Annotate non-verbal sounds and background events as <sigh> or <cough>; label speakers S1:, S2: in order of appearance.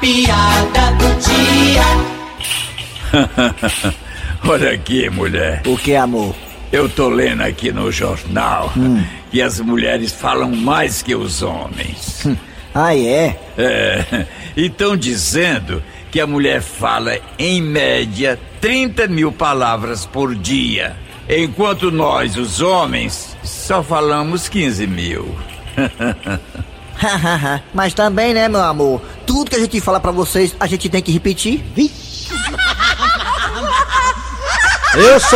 S1: piada do dia.
S2: Olha aqui, mulher.
S3: O que, amor?
S2: Eu tô lendo aqui no jornal que as mulheres falam mais que os homens.
S3: Ah, é?
S2: É, <laughs> e estão dizendo que a mulher fala, em média, 30 mil palavras por dia. Enquanto nós, os homens, só falamos 15 mil.
S3: Hahaha. Mas também, né, meu amor? Tudo que a gente fala pra vocês, a gente tem que repetir. Vixe.
S4: Eu sou